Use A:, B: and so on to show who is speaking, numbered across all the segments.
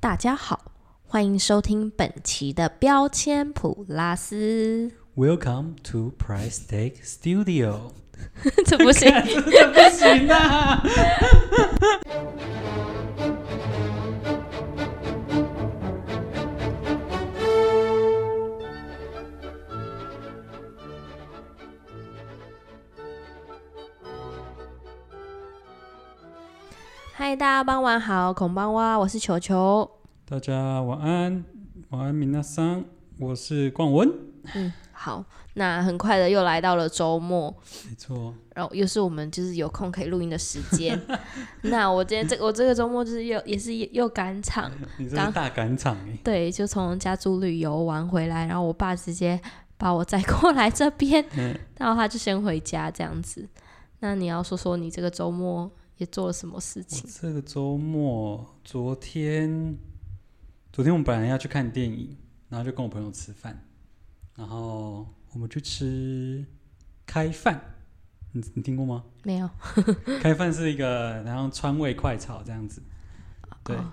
A: 大家好，欢迎收听本期的标签普拉斯。
B: Welcome to Price Tag Studio。
A: 这不行，
B: 干真的不行啊！
A: 嗨，大家傍晚好，孔邦哇，我是球球。
B: 大家晚安，晚安，米娜桑，我是冠文。
A: 嗯，好，那很快的又来到了周末，
B: 没错，
A: 然后又是我们就是有空可以录音的时 间。那我今天这我这个周末就是又也是又赶场，
B: 你这
A: 刚
B: 是大赶场哎、
A: 对，就从家族旅游玩回来，然后我爸直接把我载过来这边，
B: 嗯
A: 然后他就先回家这样子。那你要说说你这个周末也做了什么事
B: 我
A: 情？
B: 这个周末，昨天，昨天我们本来要去看电影，然后就跟我朋友吃饭，然后我们去吃开饭，你你听过吗？
A: 没有，
B: 开饭是一个然后川味快炒这样子，对，
A: 哦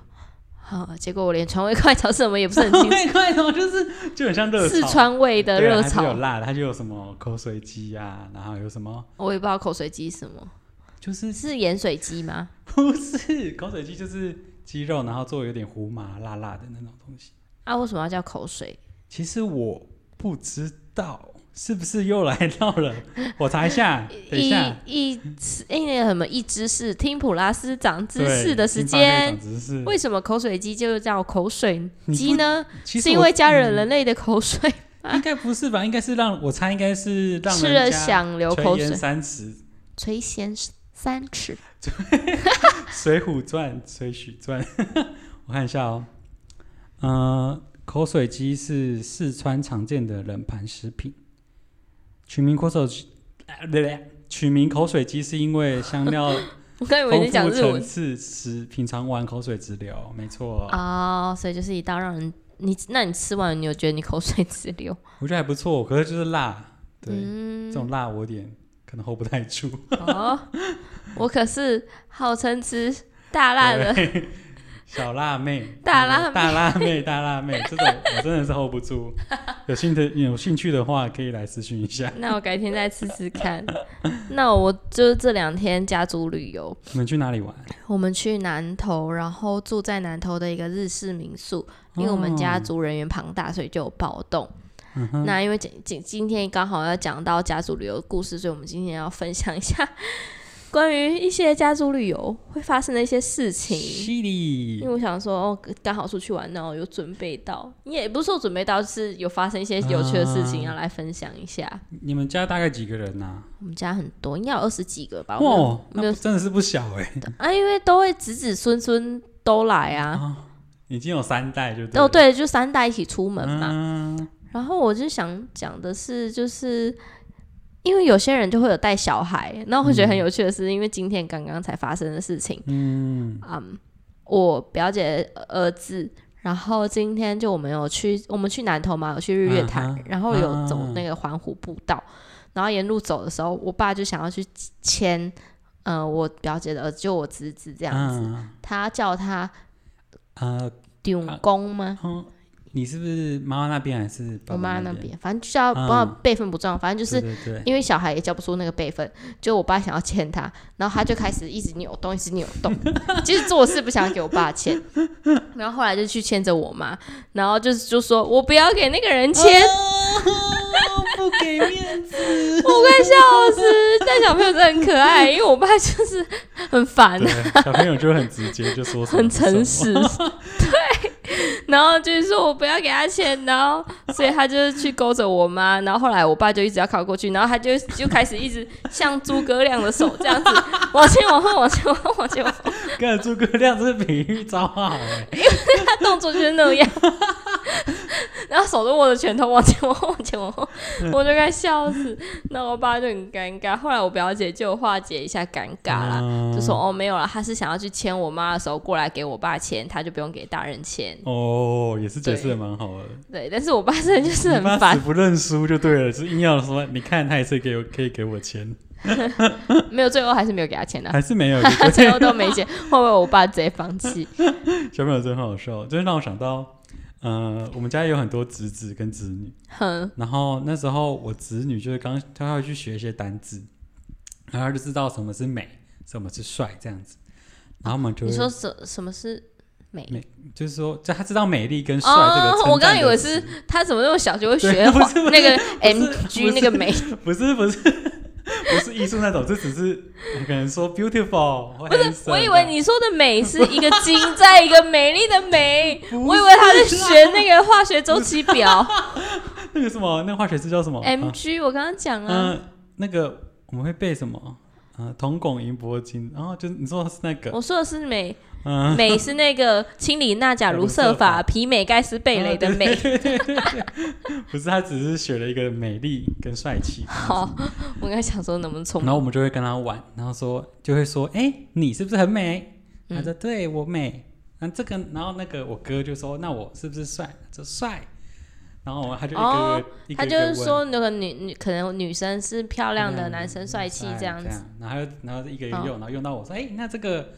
A: 好， 结果我连川味快炒是什么也不是很清楚，
B: 味快炒就是就很像 热炒，
A: 四川味的
B: 对啊
A: 热
B: 它就有
A: 炒，
B: 辣的，它就有什么口水鸡啊，然后有什么
A: 我也不知道口水鸡是什么，
B: 就是
A: 是盐水鸡吗？
B: 不是口水鸡就是鸡肉，然后做有点胡麻辣辣的那种东西。
A: 啊，为什么要叫口水？
B: 其实我不知道是不是又来到了，我查一下， 等一
A: 一
B: 下。
A: 一哎那个什么一知识，听普拉斯长知
B: 对
A: 识的时
B: 星巴克
A: 间
B: 长。知识，
A: 为什么口水鸡就叫口水
B: 你
A: 鸡
B: 不
A: 呢？
B: 其
A: 是
B: 实
A: 因
B: 我嗯
A: 为加了人类的口水，
B: 应该不是吧？应该是让我猜，应该是让
A: 吃
B: 人
A: 了
B: 家
A: 想流
B: 垂
A: 口
B: 涎
A: 水，
B: 三尺，《
A: 垂涎三尺。
B: 水浒传》《水浒传》， 我看一下哦。呃，口水鸡是四川常见的冷盘食品，取名口水 鸡，啊对对，取名口水鸡是因为香料
A: 我刚以为
B: 丰
A: 你讲
B: 富
A: 日
B: 层
A: 文
B: 次，使品尝完口水直流。没错，
A: 哦，所以就是一道让人你那你吃完你有觉得你口水直流？
B: 我觉得还不错，可是就是辣，对，这
A: 嗯，
B: 种辣我有点可能 hold 不太住。
A: 哦，我可是号称吃大辣 的，
B: 对小辣妹、
A: 大辣妹
B: 大辣妹、大辣妹，这种我真的是 hold 不住。有兴的有兴趣的话，可以来咨询一下。
A: 那我改天再吃吃看。那我就是这两天家族旅游，
B: 你们去哪里玩？
A: 我们去南投，然后住在南投的一个日式民宿，因为我们家族人员庞大，所以就有暴动。
B: 嗯哼
A: 那因为今今今天刚好要讲到家族旅游的故事，所以我们今天要分享一下 关于一些家族旅游会发生的一些事情。
B: 西
A: 因
B: 里
A: 为我想说，哦，刚好出去玩，然后有准备到，也不是说准备到，就是有发生一些有趣的事情
B: 啊
A: 要来分享一下。
B: 你们家大概几个人呐、
A: 我们家很多，应该有二十几个吧？
B: 啊？
A: 我
B: 哇，
A: 没有没
B: 那
A: 有
B: 不真的是不小哎、
A: 啊，因为都会子子孙孙都来啊。
B: 已经有三代就对了
A: 哦，，对，就三代一起出门嘛。
B: 啊嗯
A: 然后我就想讲的是，就是因为有些人就会有带小孩，那我会觉得很有趣的是，因为今天刚刚才发生的事情，
B: 嗯
A: 我表姐的儿子，然后今天就我们有去，我们去南投嘛，有去日月潭，
B: 嗯哼
A: 然后有走
B: 嗯
A: 那个环湖步道，然后沿路走的时候，我爸就想要去牵，呃，我表姐的儿子，就我侄子这
B: 这
A: 样子，
B: 啊、
A: 他叫他
B: 呃
A: 丢公吗？
B: 哦你是不是妈妈那边还嗯是
A: 我
B: 爸爸
A: 妈那
B: 那？
A: 边，反正就叫不知道辈分不重要，反正就是
B: 对对对，
A: 因为小孩也叫不出那个辈分，就我爸想要牵他，然后他就开始一直扭动，一直扭动。 其实做事不想给我爸牵，然后后来就去牵着我妈，然后就是就说我不要给那个人牵，
B: 哦不给面子。
A: 我快笑死。 但小朋友真的很可爱，因为我爸就是很烦，
B: 对，小朋友就很直接，就说什么
A: 很
B: 就说什
A: 诚
B: 么
A: 实， 对。然后就是说我不要给他钱，然后所以他就去勾着我妈，然后后来我爸就一直要靠过去，然后他就就开始一直像诸葛亮的手这样子往前往后往前往后往前往后，
B: 看诸葛亮这比喻超好哎、
A: 他动作就是那样， 然后手都握着拳头往前往后往前往后，
B: 嗯
A: 我就该笑死，那我爸就很尴尬，后来我表姐就化解一下尴尬啦。
B: 嗯
A: 就说哦没有了，他是想要去牵我妈的时候过来给我爸牵，他就不用给大人牵。
B: 哦，也是解释的蛮好的，
A: 对，但是我爸真的就是很
B: 你妈
A: 烦
B: 死，不认输就对了，是硬要说你看他一次给我可以给我钱，
A: 没有，最后还是没有给他 钱的、
B: 还是没有。就觉得
A: 最后都没钱，会不会我爸直接放弃？
B: 小朋友真的很好笑，就是让我想到，呃，我们家也有很多侄子跟侄女，
A: 哼，
B: 然后那时候我侄女就是刚她会去学一些单字，然后她就知道什么是美，什么是帅这样子，然后我们就
A: 你
B: 会
A: 说什什么是美？
B: 美就是说，就她知道美丽跟帅这个
A: 哦
B: 称赞的词、，
A: 我刚以为是他怎么那么小就会
B: 对
A: 学
B: 不
A: 画
B: 是不
A: 那个
B: 不
A: MG
B: 是
A: 那个美？
B: 不是 不是不是艺术那种，这只是可能说 beautiful 或
A: 不是，
B: handsome
A: 我以为你说的美是一个金在一个美丽的美，
B: 不是
A: 我以为他在学那个化学周期 表。
B: 那个什么，那个化学字叫什么
A: MG 我刚刚讲
B: 哦
A: 啊
B: 嗯、
A: 了，
B: 呃那个我们会背什么？呃，瞳孔银铂金，然后就是你说是那个，
A: 我说的是美，
B: 嗯、
A: 美是那个清理钠钾卢瑟法、皮美盖斯贝雷
B: 啊
A: 的美。
B: 不是，他只是学了一个美丽跟帅气，
A: 好，哦我刚才想说能不能从
B: 然后我们就会跟他玩，然后说就会说，哎、你是不是很美？
A: 嗯
B: 他说对我美。那这个，然后那个我哥就说，那我是不是帅？他说帅。然后他就一个、
A: 哦
B: 一个
A: 他
B: 一
A: 就
B: 个
A: 是
B: 问
A: 说，那个女女可能女生是漂亮的，
B: 嗯
A: 男生帅气
B: 这
A: 这样子。。
B: 然后然后一个一个
A: 哦
B: 用，然后用到我说，哎、那这个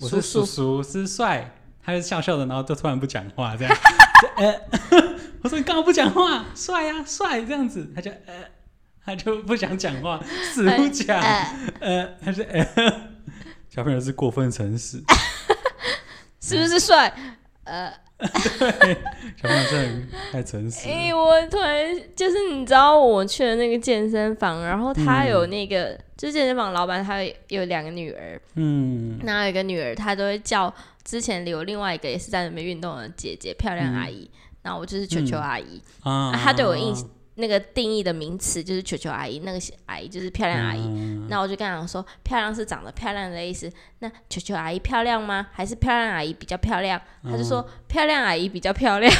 B: 我
A: 叔
B: 是
A: 叔
B: 叔叔是帅，他就笑笑的，然后就突然不讲 话这样。就呃， 我说你干嘛不讲话？帅呀、帅这样子，他就呃， 他就不想讲话，死不讲，
A: 呃，
B: 呃，他是呃。小朋友是过分诚实，
A: 是不是帅？呃，
B: 小朋友是很太诚实了。
A: 哎、我突然就是你知道我去了那个健身房，然后他有那个、就是健身房老板，他有有两个女儿，
B: 嗯，
A: 那有一个女儿，她都会叫之前有另外一个也是在那边运动的姐姐，漂
B: 嗯
A: 亮阿姨。然后我就是球球阿姨，
B: 啊
A: 啊、她对我印那个定义的名词就是球球阿姨，那个阿姨就是漂亮阿姨。
B: 姨，
A: 那我就跟她讲说，漂亮是长得漂亮的意思。那球球阿姨漂亮吗？还是漂亮阿姨比较漂亮？她就说漂亮阿姨比较漂亮。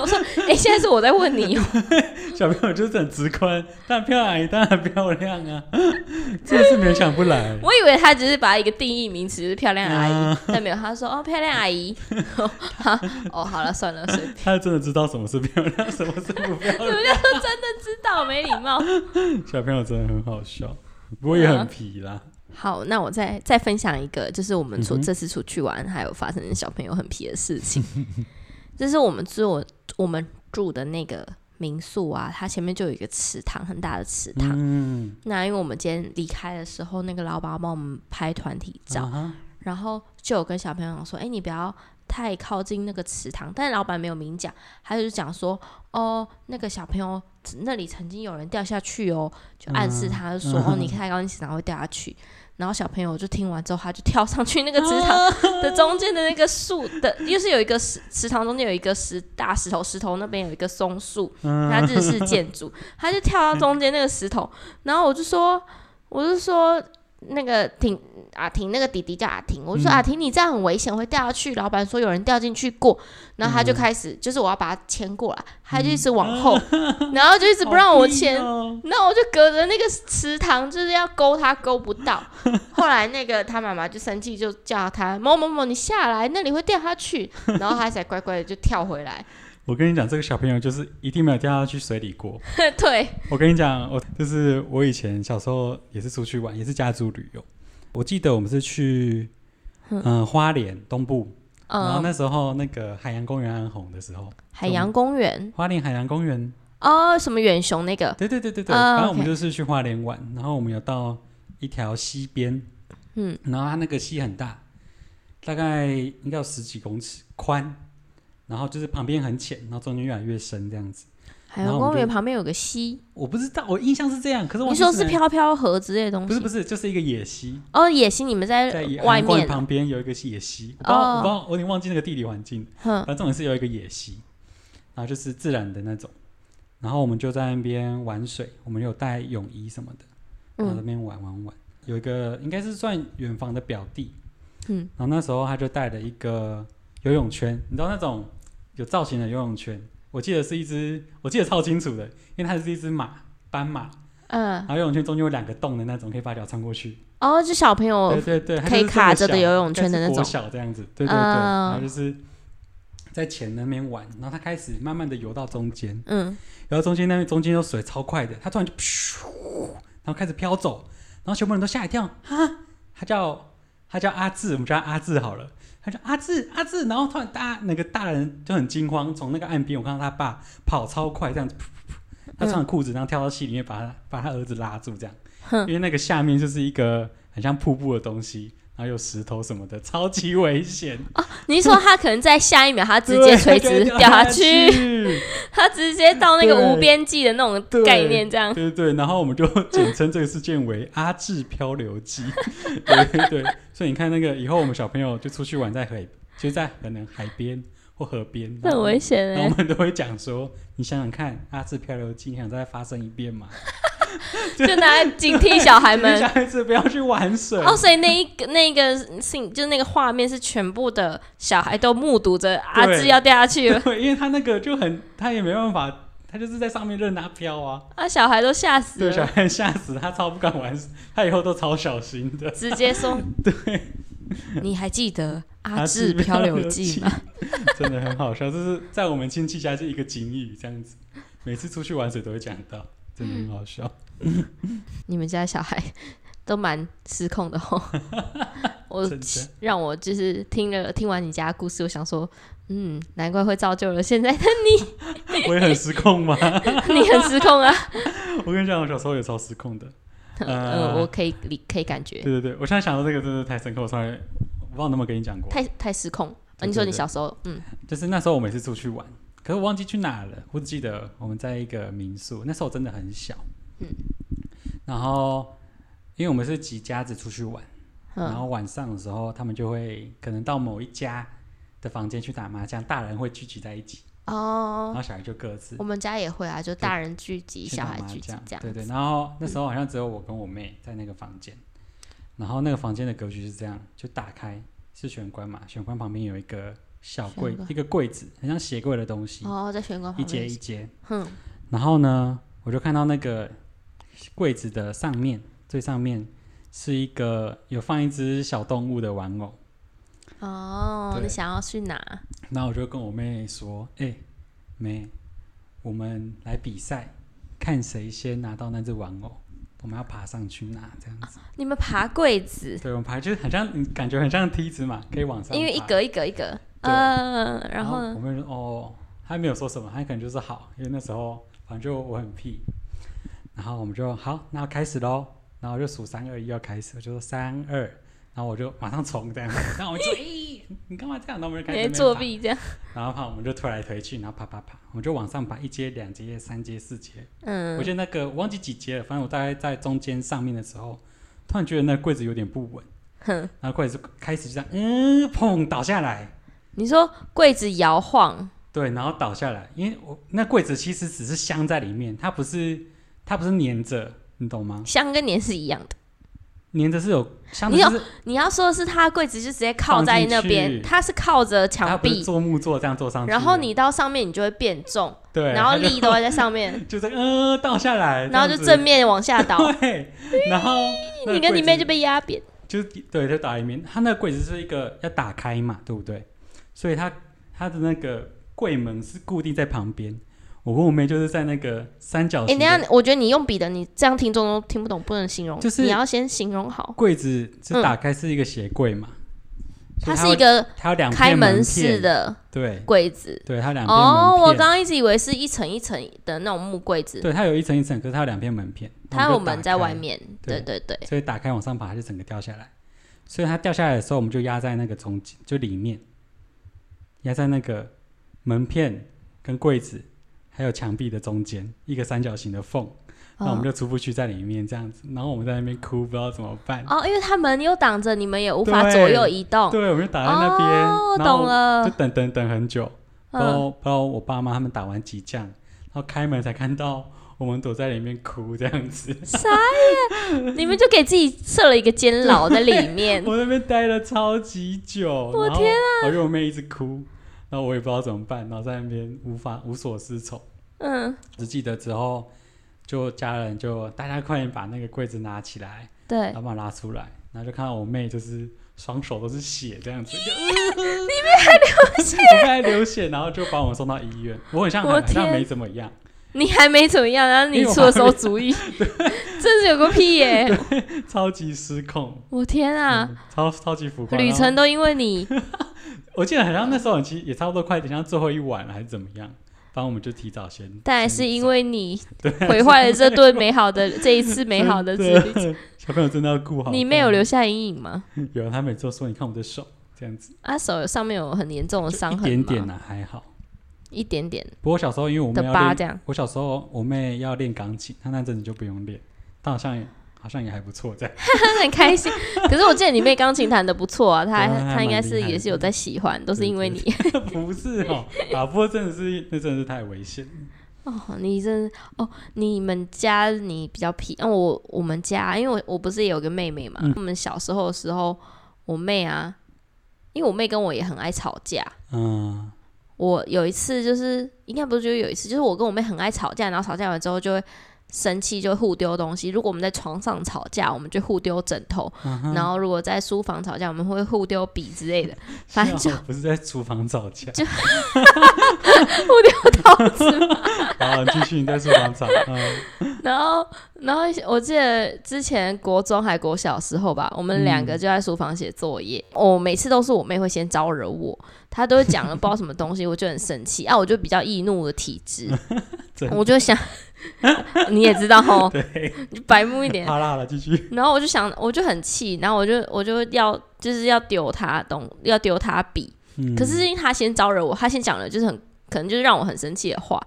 A: 我说，哎、现在是我在问你哦，
B: 小朋友就是很直观，但漂亮阿姨当然漂亮啊，真的是勉强不来。
A: 我以为她只是把一个定义名词是漂亮阿姨，
B: 啊
A: 但没有，她说哦漂亮阿姨。 哈哦，好了，算了，随便。
B: 他真的知道什么是漂亮，什么是不漂
A: 你们
B: 亮。
A: 就说真的知道没礼貌。
B: 小朋友真的很好笑，不过也
A: 嗯
B: 很皮啦。
A: 好，那我再再分享一个，就是我们出、
B: 嗯哼
A: 这次出去玩，还有发生小朋友很皮的事 情。这是我们住我们住的那个民宿啊，它前面就有一个池塘，很大的池塘。
B: 嗯，
A: 那因为我们今天离开的时候，那个老板帮我们拍团体照，
B: 啊哈
A: 然后就有跟小朋友讲说：“哎、你不要太靠近那个池塘。”但老板没有明讲，他就讲说：“哦，那个小朋友那里曾经有人掉下去哦。”就暗示他就说：“
B: 嗯
A: 哦，你太靠近池塘会掉下去。”然后小朋友就听完之后，他就跳上去那个池
B: 啊
A: 塘的中间的那个树的，又是有一个石池塘中间有一个石大石头，石头那边有一个松树，
B: 嗯
A: 它日式建筑，他就跳到中间那个石头，然后我就说，我就说那个婷阿婷那个弟弟叫阿婷，我就说
B: 嗯
A: 阿婷你这样很危险，会掉下去。老板说有人掉进去过，然后
B: 嗯
A: 他就开始就是我要把他牵过来，他就一直往 后，然后就一直不让我牵
B: 好，皮哦
A: 那我就隔着那个池塘，就是要勾他勾不到。后来那个他妈妈就生气，就叫他某某某你下来，那里会掉下去。然后他才乖乖的就跳回来。
B: 我跟你讲，这个小朋友就是一定没有掉下去水里过。
A: 对，
B: 我跟你讲，我就是我以前小时候也是出去玩，也是家族旅游。我记得我们是去嗯、呃花莲东部，然后
A: 嗯，
B: 那时候那个海洋公园很红的时候，
A: 海洋公园
B: 花莲海洋公园
A: 哦，什么远雄那个，
B: 对对对对对，
A: 啊
B: 然后我们
A: OK
B: 就是去花莲玩，然后我们有到一条溪边，
A: 嗯，
B: 然后它那个溪很大，大概应该有十几公尺宽，然后就是旁边很浅，然后中间越来越深这样子。
A: 海
B: 然
A: 洋
B: 后我们
A: 公园
B: 就
A: 旁边有个溪，
B: 我不知道，我印象是这样，可是我
A: 你说是
B: 漂？
A: 飘飘河之类的东西？
B: 不是不
A: 是，
B: 是，就是一个野溪，
A: 哦，野溪你们在
B: 在野
A: 外
B: 韩国
A: 面，
B: 旁边有一个野溪，我不知道、
A: 哦
B: 我不知道，我有点忘记那个地理环境，
A: 哼，
B: 反正我是有一个野溪，然后就是自然的那种，然后我们就在那边玩水，我们有带泳衣什么的。然后在那
A: 嗯
B: 边玩玩玩，有一个应该是算远房的表弟，
A: 嗯，
B: 然后那时候他就带了一个游泳圈，你知道那种有造型的游泳圈，我记得是一只，我记得超清楚的，因为它是一只马，斑马，
A: 嗯
B: 然，后游泳圈中间有两个洞的那种，可以把脚穿过去，
A: 哦，就小朋友
B: 对，对对，它
A: 可以
B: 就是这么
A: 卡着的
B: 小
A: 游泳圈的那
B: 应该是
A: 种
B: 国小这样子，对对对，
A: 嗯
B: 然后就是在前那边玩，然后他开始慢慢的游到中间，
A: 嗯，
B: 然后中间那边中间有水超快的，他突然就噗，然后开始飘走，然后全部人都吓一跳，哈，他叫他叫阿志，我们叫他阿志好了。他叫阿志阿志，然后突然大那个大人就很惊慌，从那个岸边我看到他爸跑超快，这样子，噗噗噗他穿着裤子然后跳到溪里面，把他把他儿子拉住这样，因为那个下面就是一个很像瀑布的东西，然后有石头什么的，超级危险，
A: 你说他可能在下一秒，他哦直接垂直
B: 对
A: 掉
B: 下
A: 下去，
B: 去。
A: 他直接到那个
B: 对
A: 无边际的那种
B: 对
A: 概念，这样
B: 对对对，然后我们就 简称这个事件为“阿志漂流记”。对对对，所以你看那个以后我们小朋友就出去玩在海，就在可能海边或河边，
A: 那很危险
B: 然后
A: 哎
B: 我。们都会讲说，你想想看，《阿志漂流记》，你想再发生一遍吗？
A: 欸就拿来警惕小孩
B: 你小
A: 们。
B: 孩子不要去玩水。
A: 哦，所以那一个那个性，就是那个画面是全部的小孩都目睹着阿
B: 对
A: 志要掉下去了，
B: 对，因为他那个就很，他也没办法，他就是在上面任他飘啊。
A: 啊，小孩都吓死
B: 对，小
A: 了，
B: 孩吓死他，超不敢玩，他以后都超小心的。
A: 直接 说，对，你还记得《阿志
B: 阿志
A: 漂
B: 漂
A: 流
B: 流
A: 记》
B: 记
A: 吗？
B: 真的很好笑，这是在我们亲戚家是一个警语，这样子，每次出去玩水都会讲到，真的很好笑。
A: 嗯你们家小孩都蛮失控的 哦。我
B: 真的
A: 让我就是听了听完你家的故事，我想说，嗯，难怪会造就了现在的
B: 我也很失控吗？
A: 你，很失控啊。
B: 我跟你讲，我小时候也超失控的。 嗯
A: 呃，我可以理可以感觉
B: 对，对对，我现在想到这个真的太深刻，我从来我不知道那么跟你讲过。
A: 太太失控。啊
B: 对
A: 你说
B: 对
A: 你
B: 对
A: 小时候，嗯，
B: 就是那时候我每次出去玩，可是我忘记去哪了。我只记得我们在一个民宿，那时候真的很小。
A: 嗯
B: 然后，因为我们是几家子出去玩，然
A: 嗯
B: 后晚上的时候他们就会可能到某一家的房间去打麻将，大人会聚集在一起，然
A: 哦，
B: 后小孩就各自
A: 我们家也会啊，就大人聚集，
B: 去
A: 小
B: 打
A: 孩
B: 麻
A: 聚集
B: 将
A: 这样。
B: 对对，然后那时候好像只有我跟我妹在那个房间，然后那个房间的格局是这样，就打开是玄关嘛，玄关旁边有一个小柜
A: 玄，关
B: 一个柜子，很像鞋柜的东西，
A: 哦，在玄关
B: 一
A: 旁
B: 阶
A: 边
B: 一，阶。
A: 哼，
B: 然后呢，我就看到那个柜子的上面最上面是一个有放一只小动物的玩偶，
A: 哦，
B: 对
A: 你想要去哪？
B: 然后我就跟我妹说：“哎、妹，我们来比赛，看谁先拿到那只玩偶，我们要爬上去拿这样子。
A: 你们爬柜子，
B: 对，我们爬就是很像，你感觉很像梯子嘛，可以往上爬。
A: 因为一格一格一格，
B: 对
A: 嗯，
B: 然
A: 然后
B: 我
A: 呢？
B: 妹就说：“哦，她没有说什么，她可能就是好，因为那时候反正就我很屁。”然后我们就好，那开始喽。然后我就数三二一要开始，我就说三二，然后我就马上冲这样。然后我就说：“哎、你干嘛这样？”然后我们就开
A: 你在
B: 始在那边
A: 作
B: 爬
A: 弊这样，
B: 然后怕我们就推来推去，然后爬爬爬，我们就往上爬一阶、两阶、三阶、四阶。
A: 嗯
B: 我觉，得那个我忘记几阶了，反正我大概在中间上面的时候，突然觉得那个柜子有点不稳，
A: 哼，
B: 然后柜子就开始就这样，嗯，砰倒下来，
A: 你说柜子摇晃，
B: 对，然后倒下来，因为我那柜子其实只是镶在里面，它不是它不是粘着，你懂吗？
A: 香跟粘是一样的。
B: 粘着是有镶的
A: 你有
B: 就是
A: 你要说的是它柜子就直接靠
B: 放
A: 在
B: 进
A: 那
B: 去
A: 边，它是靠着
B: 它
A: 墙
B: 不是
A: 壁，
B: 做木做这样做上去的，
A: 然后你到上面你就会变重，
B: 对，
A: 然后
B: 它就
A: 力都会在上 面，
B: 就这样嗯倒下来，
A: 然后
B: 这样
A: 就
B: 子
A: 正面往下 倒，
B: 对，然后那
A: 你
B: 个
A: 跟你
B: 柜
A: 妹
B: 子
A: 就被压扁。
B: 就是对，就打里面。它那个柜子是一个要打开嘛，对不对？所以它它的那个柜门是固定在旁边。我跟我妹就是在那个三角
A: 哎、
B: 形
A: 等一
B: 哦的
A: 下，我觉得你用笔的，你这样听众都听不懂，不能形容，
B: 就是
A: 你要先形容好。
B: 柜子是打开是一个鞋柜嘛，
A: 它
B: 所以
A: 是
B: 有
A: 一个
B: 它有两片
A: 嗯开
B: 门
A: 门
B: 片
A: 式，的
B: 对
A: 柜子。
B: 对，它有两片
A: 哦，
B: 门
A: 我
B: 片
A: 刚刚一直以为是一层一层的那种木柜子，
B: 对它有一层一层，可是它有两片门片，
A: 它
B: 我
A: 有
B: 们就打
A: 门在外
B: 开，
A: 面。对
B: 对
A: 对对，
B: 所以打开往上爬它就整个掉下来。所以它掉下来的时候，我们就压在那个中间，就里面，压在那个门片跟柜子还有墙壁的中间一个三角形的缝，
A: 哦
B: 那、我们就出不去在里面这样子，然后我们在那边哭，不知道怎么办。
A: 哦，因为它门又挡着，你们也无法
B: 对
A: 左右移动。
B: 对，我们就打在那边，
A: 哦，
B: 然后
A: 懂了
B: 就。等等等很久，然
A: 嗯，
B: 后然后我爸妈他们打完几将，然后开门才看到我们躲在里面哭这样子。
A: 傻眼，你们就给自己设了一个监牢在里面。
B: 我那边待了超级久，我天啊！我就我妹一直哭，然后我也不知道怎么办，然后在那边无法无所适从，
A: 嗯，
B: 只记得之后就家人就大家快点把那个柜子拿起来，
A: 对
B: 然，后把它拉出来，然后就看到我妹就是双手都是血这样 子，就 里面还流血，还流血，然后就把我们送到医院。我很像
A: 我
B: 很很像
A: 天
B: 没怎么样，
A: 你还没怎么样，然后你
B: 因为我
A: 出了
B: 还
A: 馊主 意，真是有个屁耶、
B: 超级失控
A: 我天啊，
B: 嗯超超级浮夸。
A: 旅
B: 然
A: 程都因为你，
B: 后我记得好像那时候其实也差不多快点，像最后一晚了还是怎么样，反正我们就提早先。
A: 但还
B: 先
A: 是因
B: 走
A: 为你
B: 对啊
A: 毁坏了这顿美好的这一次美好的之
B: 真
A: 旅。
B: 小朋友真的要顾好。
A: 你没有留下阴影吗？
B: 有人他每次都说你看我的手这样子，
A: 啊，手上面有很严重的伤
B: 一
A: 痕
B: 点
A: 吗
B: 点呢、还好。
A: 一点点
B: 不过小时候因为我妹
A: 的
B: 要
A: 疤
B: 练
A: 这样。
B: 我小时候我妹要练钢琴，她那阵子就不用练，她好像也好像也还不错这样。
A: 他很开 心。可是我记得你妹钢琴弹的不错啊，她还
B: 对啊还
A: 她应该
B: 蛮
A: 是
B: 厉害
A: 也
B: 的
A: 是有在喜欢，都是因为你
B: 不是哦，啊，不过真的是那真的是太危险了。
A: 哦，你真哦，你们家你比较皮，那、我我们家，因为我我不是也有个妹妹嘛，
B: 嗯
A: 我们小时候的时候，我妹啊，因为我妹跟我也很爱吵架。
B: 嗯，
A: 我有一次就是应该不是就有一次，就是我跟我妹很爱吵架，然后吵架完之后就会生气，就会互丢东西。如果我们在床上吵架，我们就互丢枕头；然后如果在书房吵架，我们会互丢笔之类的。反正就
B: 幸好不是在厨房吵架。
A: 就 互丢刀子。
B: 好，继续你在厨房吵。 嗯，
A: 然后，然后我记得之前国中还国小的时候吧，我们两个就在书房写作业。我、每次都是我妹会先招惹我，她都会讲了不知道什么东西，我就很生气啊，我就比较易怒的体质
B: 真，的
A: 我就想 你也知道吼，
B: 对，
A: 你白目一点。
B: 好啦好啦，继续。
A: 然后我就想，我就很气，然后我就我就要就是要丢她东，要丢她笔。
B: 嗯
A: 可是因为她先招惹我，她先讲了就是很可能就是让我很生气的话，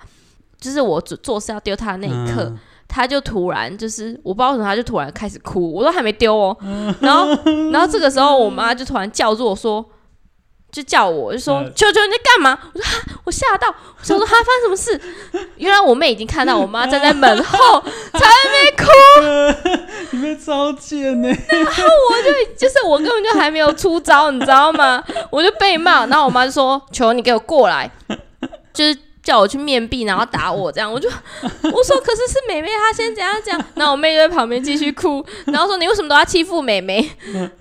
A: 就是我做做事要丢她的那一
B: 嗯
A: 刻。，他就突然就是我不知道为什么，他就突然开始哭，我都还没丢哦。然后，然后这个时候我妈就突然叫住我说，就叫我就说：“
B: 嗯
A: 球球你在干嘛？”我说：“哈，我吓到，我想说哈发生什么事？”原来我妹已经看到我妈站在门后，
B: 嗯 你们超贱呢。
A: 就是我根本就还没有出招，你知道吗？ 我就被骂，然后我妈就说：“球，你给我过来！”就是。叫我去面壁，然后打我，这样我就我说，可是是妹妹她先怎样怎样，然后我妹就在旁边继续哭，然后说你为什么都要欺负妹妹？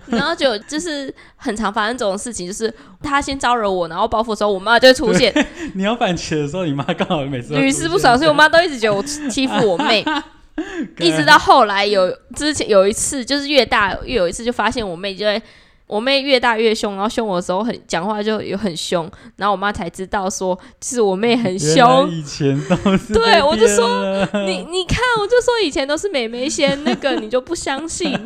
A: 然后就就是很常发生这种事情，就是她先招惹我，然后报复的时候，我妈就会出现，
B: 你要反起的时候，你妈刚好每次都
A: 屡
B: 出
A: 试
B: 现
A: 不爽，所以我妈都一直觉得我欺负我 妹，一直到后来有之前有一次，就是越大越有一次就发现我妹就会，我妹越大越凶，然后凶我的时候很讲话就有很凶，然后我妈才知道说，其实我妹很
B: 原来
A: 凶。
B: 以前都是
A: 对
B: 被
A: 我就
B: 骗
A: 说
B: 了
A: 你你看，我就说以前都是妹妹先那个，你就不相 信。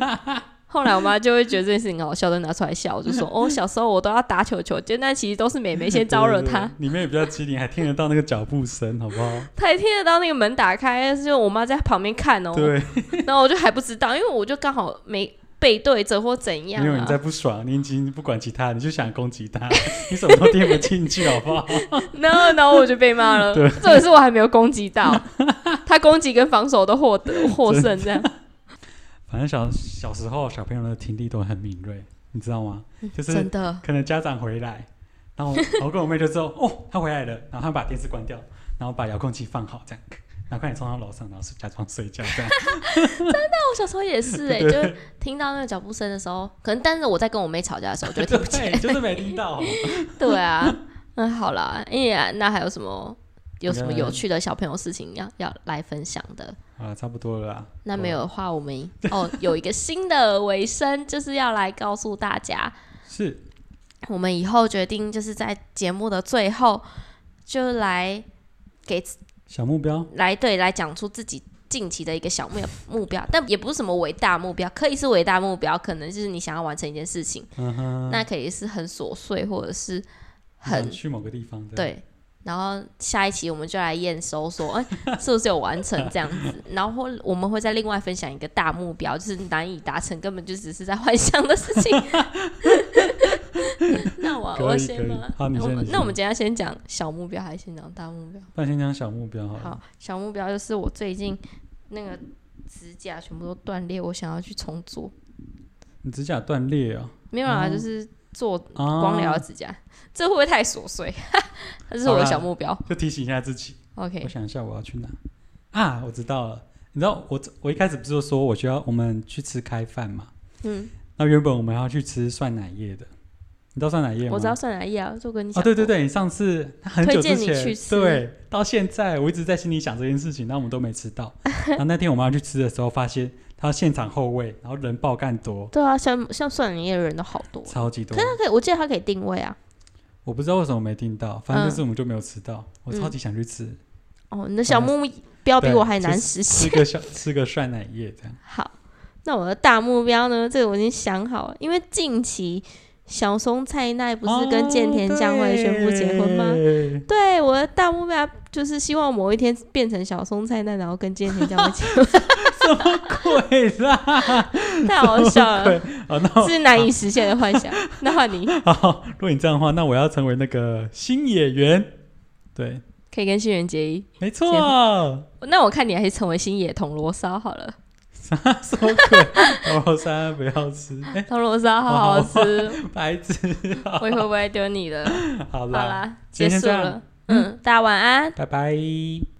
A: 后来我妈就会觉得这件事情很好笑，就拿出来笑，我就说哦，小时候我都要打球球，就那其实都是妹妹先招惹
B: 对对
A: 她哦
B: 对。你们也比较机灵，还听得到那个脚步声，好不好？
A: 她也听得到那个门打开，就我妈在旁边看哦，
B: 对，
A: 然后我就还不知道，因为我就刚好没背对着或怎样、
B: 因为你
A: 啊
B: 在。不爽，你已经不管其他，你就想攻击他， 你什么都听不进去，好不好？
A: 然后，然后我就被骂了。
B: 对
A: 这也是我还没有攻击到，他攻击跟防守都获得获胜，这样。
B: 反正小小时候小朋友的听力都很敏锐，你知道吗？就是
A: 真的，
B: 可能家长回来，然后我我跟我妹就知道，哦，他回来了，然后他把电视关掉，然后把遥控器放好，这样，然后快点冲到楼上，然后假装睡觉， 这样。
A: 那我小时候也是哎、就是听到那个脚步声的时候，可能但是我在跟我妹吵架的时候，我就会听不见。
B: 对，就是没听到。
A: 对啊，嗯，好啦，哎呀，那还有什么有什么有趣的小朋友事情要要来分享的？
B: 啊，差不多了啦。
A: 那没有的话，我们哦有一个新的尾声，就是要来告诉大家，
B: 是
A: 我们以后决定就是在节目的最后就来给
B: 小目标，
A: 来对来讲出自己近期的一个小目目标，但也不是什么伟大目标，可以是伟大目标，可能就是你想要完成一件事情，
B: 嗯哼，
A: 那可以是很琐碎或者是
B: 想
A: 很
B: 去某个地方，这样，
A: 对。然后下一期我们就来验收说，哎， 是不是有完成这样子？然后我们会再另外分享一个大目标，就是难以达成，根本就只是在幻想的事情。 那我
B: 可以
A: 我先吗
B: 可以？好你
A: 那我
B: 先
A: 们
B: 你先
A: 那我们今天先讲小目标，还是先讲大目标？
B: 那先讲小目标好了。
A: 好，小目标就是我最近那个指甲全部都断裂，我想要去重做。
B: 你指甲断裂哦，
A: 没有啦，
B: 哦
A: 就是做
B: 啊，
A: 嗯光疗的指甲，这会不会太琐碎？ 这是我的小目标。
B: 就提醒一下自己。
A: OK，
B: 我想一下，我要去哪啊？我知道了，你知道我我一开始不是就说我需要我们去吃开饭嘛？
A: 嗯，
B: 那原本我们要去吃蒜奶叶的，你知道酸奶液吗？
A: 我知道酸奶液啊，就跟你
B: 啊，
A: 讲、
B: 对对，对，你上次很
A: 推
B: 久之
A: 荐你
B: 前，
A: 去吃
B: 对，到现在我一直在心里想这件事情，但我们都没吃到。然后那天我妈去吃的时候，发现她现场后位，然后人爆干多，
A: 对啊，像像酸奶液的人都好多，
B: 超级多
A: 可是。它可以，我记得它可以定位啊。
B: 我不知道为什么没订到，反正
A: 嗯
B: 这次我们就没有吃到。我超
A: 嗯
B: 级想去吃，
A: 哦，你的小目标比
B: 嗯对
A: 我还
B: 就
A: 难
B: 是
A: 实
B: 吃
A: 现。
B: 个小吃个涮奶液这样。
A: 好，那我的大目标呢？这个我已经想好了，因为近期小松菜奈不是跟健田将会宣布结婚吗？
B: 哦？对
A: 对，我的大目标就是希望某一天变成小松菜奈，然后跟健田将会结婚，
B: 鬼啦！
A: 太好笑了，
B: 哦，那我
A: 是难以实现的幻想。那换你
B: 好，如果你这样的话，那我要成为那个新演员。对，
A: 可以跟新垣结衣，
B: 没
A: 结
B: 错。
A: 那我看你还是成为新野铜锣烧好了，
B: 啥 什么鬼？ 我三不要吃，哎、
A: 铜锣烧好好吃，
B: 白痴、 啊！
A: 我会不会丢你的？
B: 好
A: 好
B: 啦，
A: 啦，
B: 今
A: 结
B: 天
A: 束
B: 这样
A: 了，嗯，大家晚安。
B: 拜拜。